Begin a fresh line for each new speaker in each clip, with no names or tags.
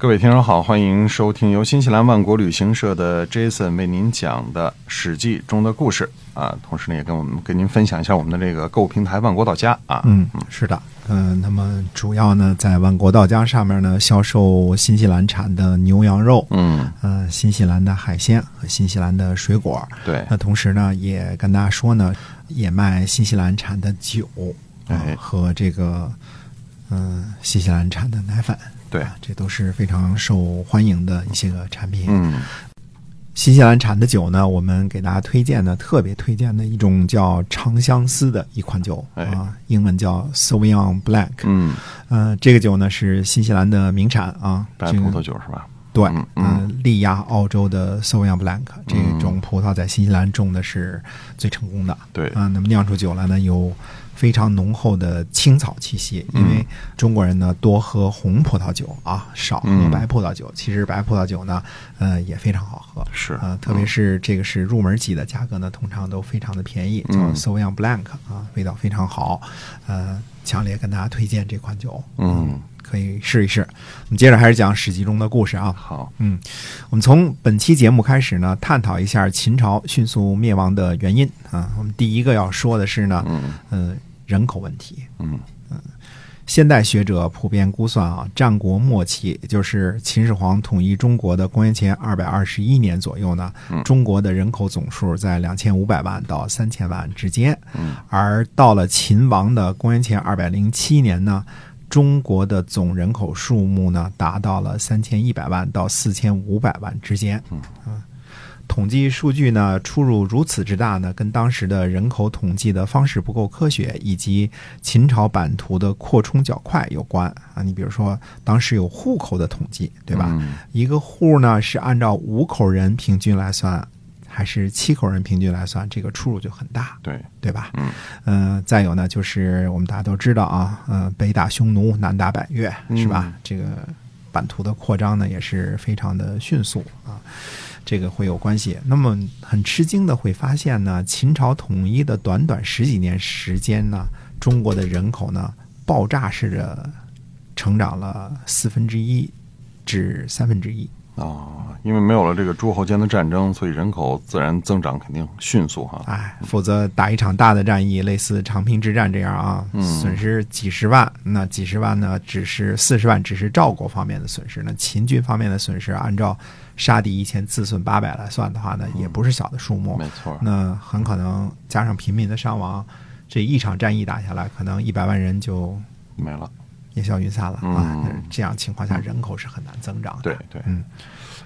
各位听众好，欢迎收听由新西兰万国旅行社的 Jason 为您讲的《史记》中的故事啊，同时呢也跟我们跟您分享一下我们的这个购物平台万国到家啊。
嗯，是的，嗯、那么主要呢，在万国到家上面呢，销售新西兰产的牛羊肉，
嗯，
呃，新西兰的海鲜和新西兰的水果。
对，
那同时呢，也跟大家说呢，也卖新西兰产的酒，啊
哎，
和这个嗯、新西兰产的奶粉。
对
啊，这都是非常受欢迎的一些个产品。
嗯，
新西兰产的酒呢，我们给大家推荐的特别推荐的一种叫长相思的一款酒、
哎
啊，英文叫 Sauvignon Blanc。
嗯，
呃，这个酒呢是新西兰的名产啊，
白
这个
葡萄酒是吧？
对，
嗯嗯
呃力压澳洲的 Sauvignon Blanc 这种葡萄在新西兰种的是最成功的。
对，
啊，那么酿出酒来呢，有非常浓厚的青草气息。因
嗯
为中国人呢多喝红葡萄酒啊，少喝
嗯
白葡萄酒。其实白葡萄酒呢，呃，也非常好喝。
是嗯
啊、特别是这个是入门级的，价格呢通常都非常的便宜，叫
嗯
Sauvignon Blanc 啊，味道非常好。呃，强烈跟大家推荐这款酒。
嗯，
可以试一试。我们接着还是讲《史记》中的故事啊。
好，
嗯，我们从本期节目开始呢，探讨一下秦朝迅速灭亡的原因啊。我们第一个要说的是呢，
嗯
呃，人口问题。呃
嗯
现代学者普遍估算啊，战国末期，也就是秦始皇统一中国的公元前二百二十一年左右呢，
嗯
中国的人口总数在两千五百万到三千万之间。
嗯
而到了秦王的公元前二百零七年呢，中国的总人口数目呢达到了三千一百万到四千五百万之间。
嗯
啊统计数据呢出入如此之大呢，跟当时的人口统计的方式不够科学，以及秦朝版图的扩充较快有关啊。你比如说，当时有户口的统计，对吧？
嗯
一个户呢是按照五口人平均来算，还是七口人平均来算，这个出入就很大。
对，
对吧？
嗯，
呃，再有呢，就是我们大家都知道啊，呃，北打匈奴，南打百越，是吧？这个版图的扩张呢，也是非常的迅速啊，这个会有关系。那么很吃惊的会发现呢，秦朝统一的短短十几年时间呢，中国的人口呢爆炸式的成长了四分之一至三分之一。
哦，因为没有了这个诸侯间的战争，所以人口自然增长肯定迅速哈。
哎，否则打一场大的战役，类似长平之战这样啊，
嗯
损失几十万，那几十万呢，只是四十万，只是赵国方面的损失，那秦军方面的损失，按照杀敌一千，自损八百来算的话呢，也不是小的数目。
嗯没错，
那很可能加上平民的伤亡，这一场战役打下来，可能一百万人就
没了。
烟消云散了啊。
嗯
这样情况下，人口是很难增长的。
对对，
嗯，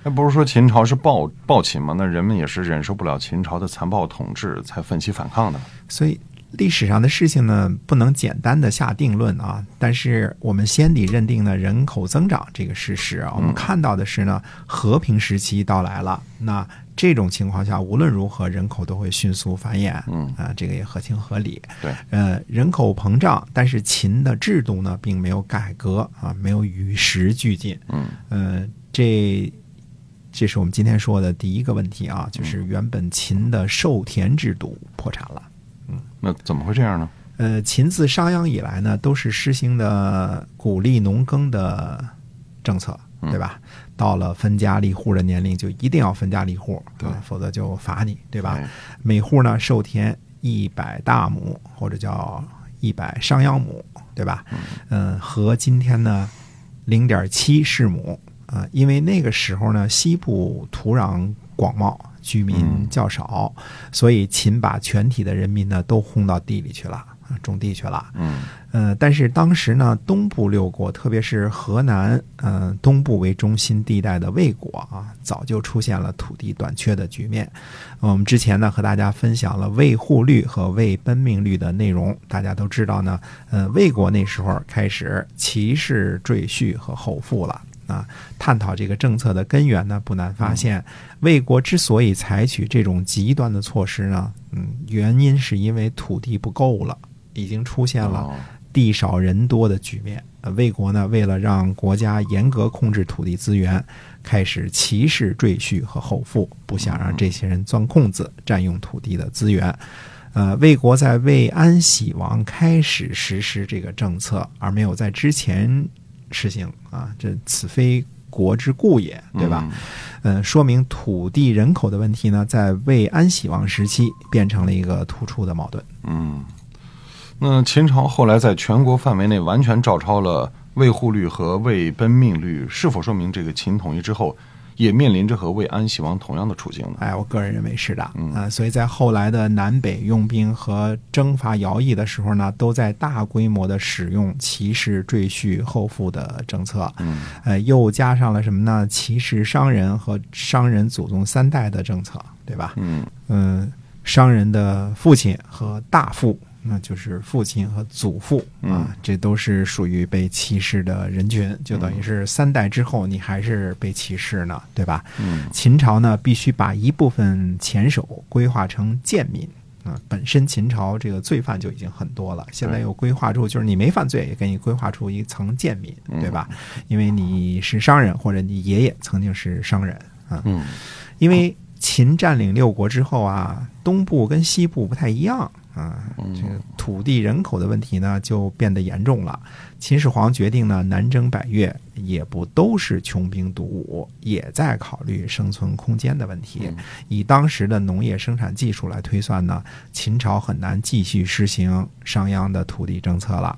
那不是说秦朝是暴暴秦吗？那人们也是忍受不了秦朝的残暴统治，才奋起反抗的。
所以历史上的事情呢，不能简单的下定论啊。但是我们先得认定呢人口增长这个事实啊。
嗯
我们看到的是呢，和平时期到来了，那这种情况下无论如何人口都会迅速繁衍，
嗯
啊、这个也合情合理。
对，
呃，人口膨胀，但是秦的制度呢并没有改革啊，没有与时俱进。
嗯，
呃，这这是我们今天说的第一个问题啊，就是
嗯
原本秦的授田制度破产了。
那怎么会这样呢？
呃，秦自商鞅以来呢，都是实行的鼓励农耕的政策，
嗯
对吧？到了分家立户的年龄，就一定要分家立户，
对
啊否则就罚你，对吧？
哎
每户呢授田一百大亩，或者叫一百商鞅亩，对吧？嗯、和今天呢零点七世亩啊、呃因为那个时候呢西部土壤广袤，居民较少，所以秦把全体的人民呢都轰到地里去了，啊种地去了。
嗯，
呃，但是当时呢，东部六国，特别是河南，呃，东部为中心地带的魏国啊，早就出现了土地短缺的局面。呃我们之前呢和大家分享了魏户律和魏奔命律的内容，大家都知道呢，呃，魏国那时候开始歧视赘婿和后父了。啊，探讨这个政策的根源呢，不难发现，魏国之所以采取这种极端的措施呢，嗯，原因是因为土地不够了，已经出现了
哦
地少人多的局面呃魏国呢，为了让国家严格控制土地资源，开始歧视赘婿和后父，不想让这些人钻空子，占用土地的资源。呃，魏国在魏安喜王开始实施这个政策，而没有在之前实行啊，这此非国之故也，对吧？呃，说明土地人口的问题呢，在魏安喜王时期变成了一个突出的矛盾。
嗯，那秦朝后来在全国范围内完全照抄了魏护律和魏奔命律，是否说明这个秦统一之后也面临着和魏安喜王同样的处境呢？
哎，我个人认为是的，啊、所以在后来的南北用兵和征伐徭役的时候呢，都在大规模的使用歧视赘婿后父的政策，
嗯，
呃，又加上了什么呢？歧视商人和商人祖宗三代的政策，对吧？
嗯
嗯，商人的父亲和大父，那就是父亲和祖父啊，这都是属于被歧视的人群，就等于是三代之后你还是被歧视呢，对吧？
嗯
秦朝呢，必须把一部分钱首规划成贱民。啊，本身秦朝这个罪犯就已经很多了，现在又规划出，就是你没犯罪，也给你规划出一层贱民，对吧？因为你是商人，或者你爷爷曾经是商人啊。
嗯
因为秦占领六国之后啊，东部跟西部不太一样啊，这个土地人口的问题呢就变得严重了。秦始皇决定呢，南征百越也不都是穷兵黩武，也在考虑生存空间的问题。以当时的农业生产技术来推算呢，秦朝很难继续施行商鞅的土地政策了。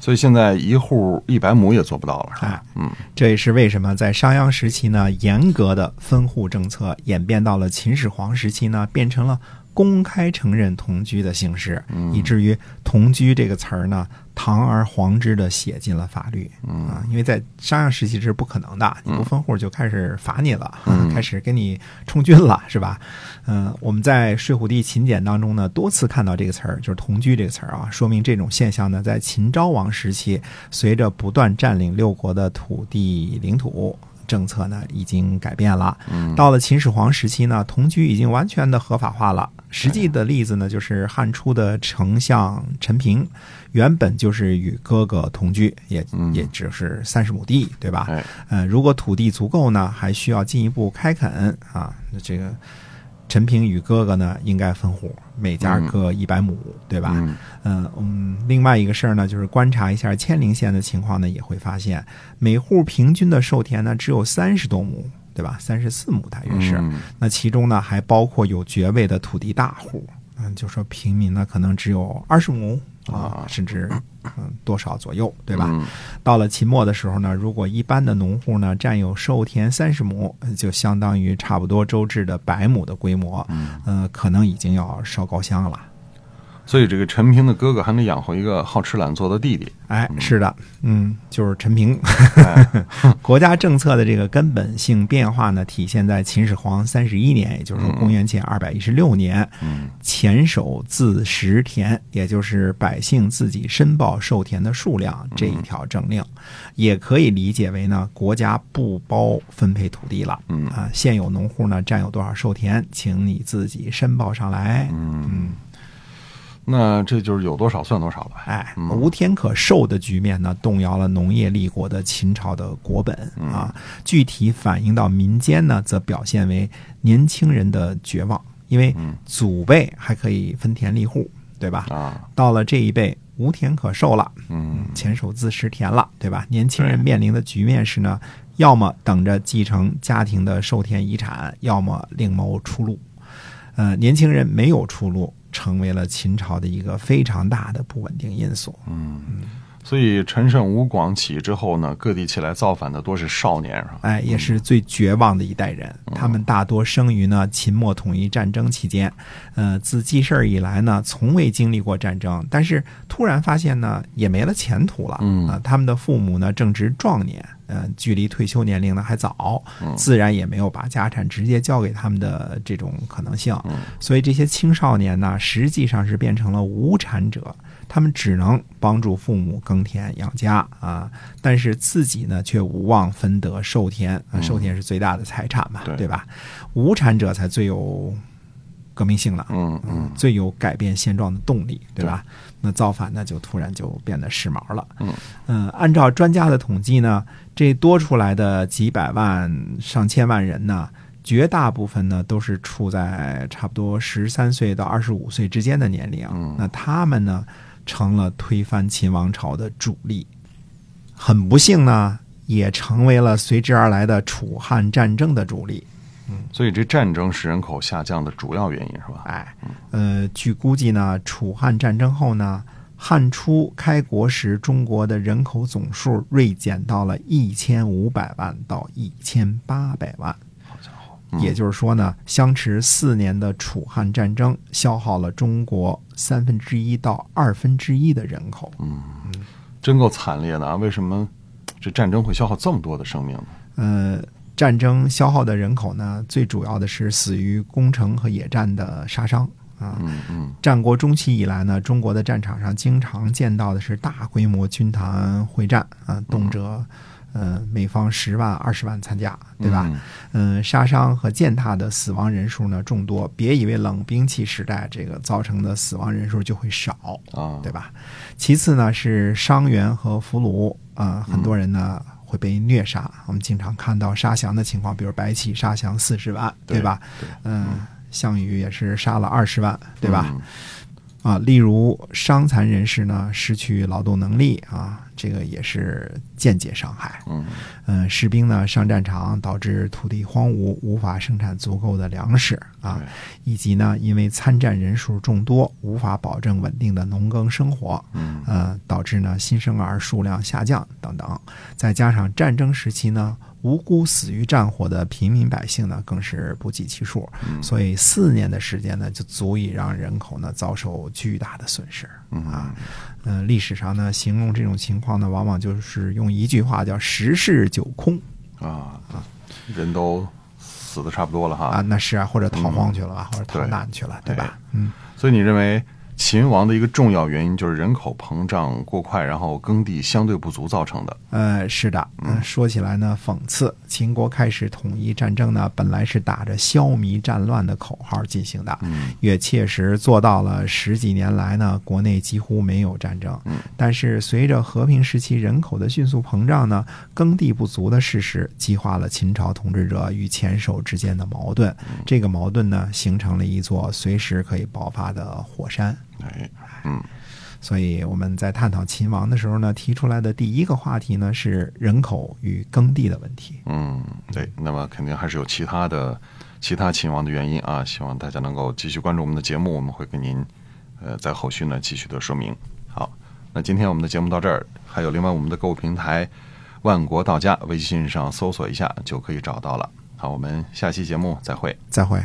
所以现在一户一百亩也做不到了，是吧
哎？
嗯
这也是为什么在商鞅时期呢，严格的分户政策演变到了秦始皇时期呢，变成了公开承认同居的形式，以至于“同居”这个词儿呢，堂而皇之的写进了法律啊，因为在商鞅时期这是不可能的，你不分户就开始罚你了，啊
嗯
开始给你充军了，是吧？嗯、我们在《睡虎地秦简》当中呢，多次看到这个词儿，就是“同居”这个词儿啊，说明这种现象呢，在秦昭王时期，随着不断占领六国的土地领土。政策呢已经改变了，
嗯
到了秦始皇时期呢，同居已经完全的合法化了。实
哎
际的例子呢，就是汉初的丞相陈平，原本就是与哥哥同居，也也只是三十亩地，对吧？
嗯哎，
呃，如果土地足够呢，还需要进一步开垦啊。那这个陈平与哥哥呢，应该分户，每家各一百亩，对吧？
嗯
嗯嗯，另外一个事儿呢，就是观察一下千陵县的情况呢，也会发现每户平均的授田呢只有三十多亩，对吧？三十四亩大约是。
嗯
那其中呢，还包括有爵位的土地大户。嗯，就说平民呢，可能只有二十亩啊，甚至嗯多少左右，对吧？
嗯
到了秦末的时候呢，如果一般的农户呢占有授田三十亩，就相当于差不多周至的百亩的规模，
嗯
呃，可能已经要烧高香了。
所以这个陈平的哥哥还能养活一个好吃懒做的弟弟，
哎，是的，嗯，就是陈平。
哎
国家政策的这个根本性变化呢，体现在秦始皇三十一年，也就是说公元前二百一十六年，
嗯
前手自食田，也就是百姓自己申报授田的数量这一条政令，
嗯
也可以理解为呢，国家不包分配土地了。
嗯
啊，现有农户呢占有多少授田，请你自己申报上来。
嗯，那这就是有多少算多少了呗。
哎，
嗯
无天可授的局面呢，动摇了农业立国的秦朝的国本
嗯
啊。具体反映到民间呢，则表现为年轻人的绝望，因为祖辈还可以分田立户，对吧？
嗯啊，
到了这一辈，无田可授了，
嗯，
前手自食田了，对吧？年轻人面临的局面是呢，要么等着继承家庭的授田遗产，要么另谋出路。呃，年轻人没有出路，成为了秦朝的一个非常大的不稳定因素。
所以陈胜吴广起义之后呢，各地起来造反的多是少年，是啊吧？
哎，也是最绝望的一代人。他们大多生于呢秦末统一战争期间，呃，自记事儿以来呢，从未经历过战争，但是突然发现呢，也没了前途了。
嗯
啊他们的父母呢正值壮年，呃，距离退休年龄呢还早，自然也没有把家产直接交给他们的这种可能性。所以这些青少年呢，实际上是变成了无产者，他们只能帮助父母耕田养家啊，但是自己呢却无望分得授田，啊、授田是最大的财产嘛，
对
对吧？无产者才最有革命性了，
嗯嗯
最有改变现状的动力，对吧？那造反呢，就突然就变得时髦了。
嗯
嗯按照专家的统计呢，这多出来的几百万、上千万人呢，绝大部分呢都是处在差不多十三岁到二十五岁之间的年龄。
嗯
那他们呢，成了推翻秦王朝的主力。很不幸呢，也成为了随之而来的楚汉战争的主力。
所以这战争使人口下降的主要原因是吧？
哎，呃，据估计呢，楚汉战争后呢，汉初开国时，中国的人口总数锐减到了一千五百万到一千八百万。
好家伙，嗯
也就是说呢，相持四年的楚汉战争消耗了中国三分之一到二分之一的人口。
嗯真够惨烈的啊！为什么这战争会消耗这么多的生命呢？
呃，战争消耗的人口呢，最主要的是死于攻城和野战的杀伤啊。
嗯嗯
战国中期以来呢，中国的战场上经常见到的是大规模军团会战啊，动辄，呃，每方十万、二十万参加，对吧？
嗯嗯
嗯、杀伤和践踏的死亡人数呢众多，别以为冷兵器时代这个造成的死亡人数就会少，
啊，
对吧？其次呢是伤员和俘虏啊、很多人呢。会被虐杀，我们经常看到杀降的情况，比如白起杀降四十万，对吧？嗯、项羽也是杀了二十万，对吧？
嗯
啊，例如伤残人士呢失去劳动能力啊，这个也是间接伤害。
嗯
嗯，士兵呢上战场导致土地荒芜，无法生产足够的粮食啊
对，
以及呢因为参战人数众多，无法保证稳定的农耕生活，
嗯
呃，导致呢新生儿数量下降等等。再加上战争时期呢，无辜死于战火的平民百姓呢更是不计其数，
嗯
所以四年的时间呢，就足以让人口呢遭受巨大的损失
嗯
啊。嗯、历史上呢，形容这种情况呢，往往就是用一句话叫“十室九空
啊，人都死的差不多了”
啊，
哈。
那是啊，或者逃荒去了啊吧，或者逃
对
难去了，嗯对吧
哎？
嗯，
所以你认为秦王的一个重要原因就是人口膨胀过快，然后耕地相对不足造成的。
呃，是的，嗯，说起来呢，讽刺，秦国开始统一战争呢，本来是打着消弭战乱的口号进行的，
嗯
也切实做到了十几年来呢，国内几乎没有战争。
嗯
但是随着和平时期人口的迅速膨胀呢，耕地不足的事实激化了秦朝统治者与前手之间的矛盾，这个矛盾呢，形成了一座随时可以爆发的火山。
哎，嗯
所以我们在探讨秦王的时候呢，提出来的第一个话题呢是人口与耕地的问题。
嗯，对。那么肯定还是有其他的其他秦王的原因啊，希望大家能够继续关注我们的节目，我们会跟您呃在后续呢继续的说明。好，那今天我们的节目到这儿，还有另外我们的购物平台万国到家，微信上搜索一下就可以找到了。好，我们下期节目再会。
再会。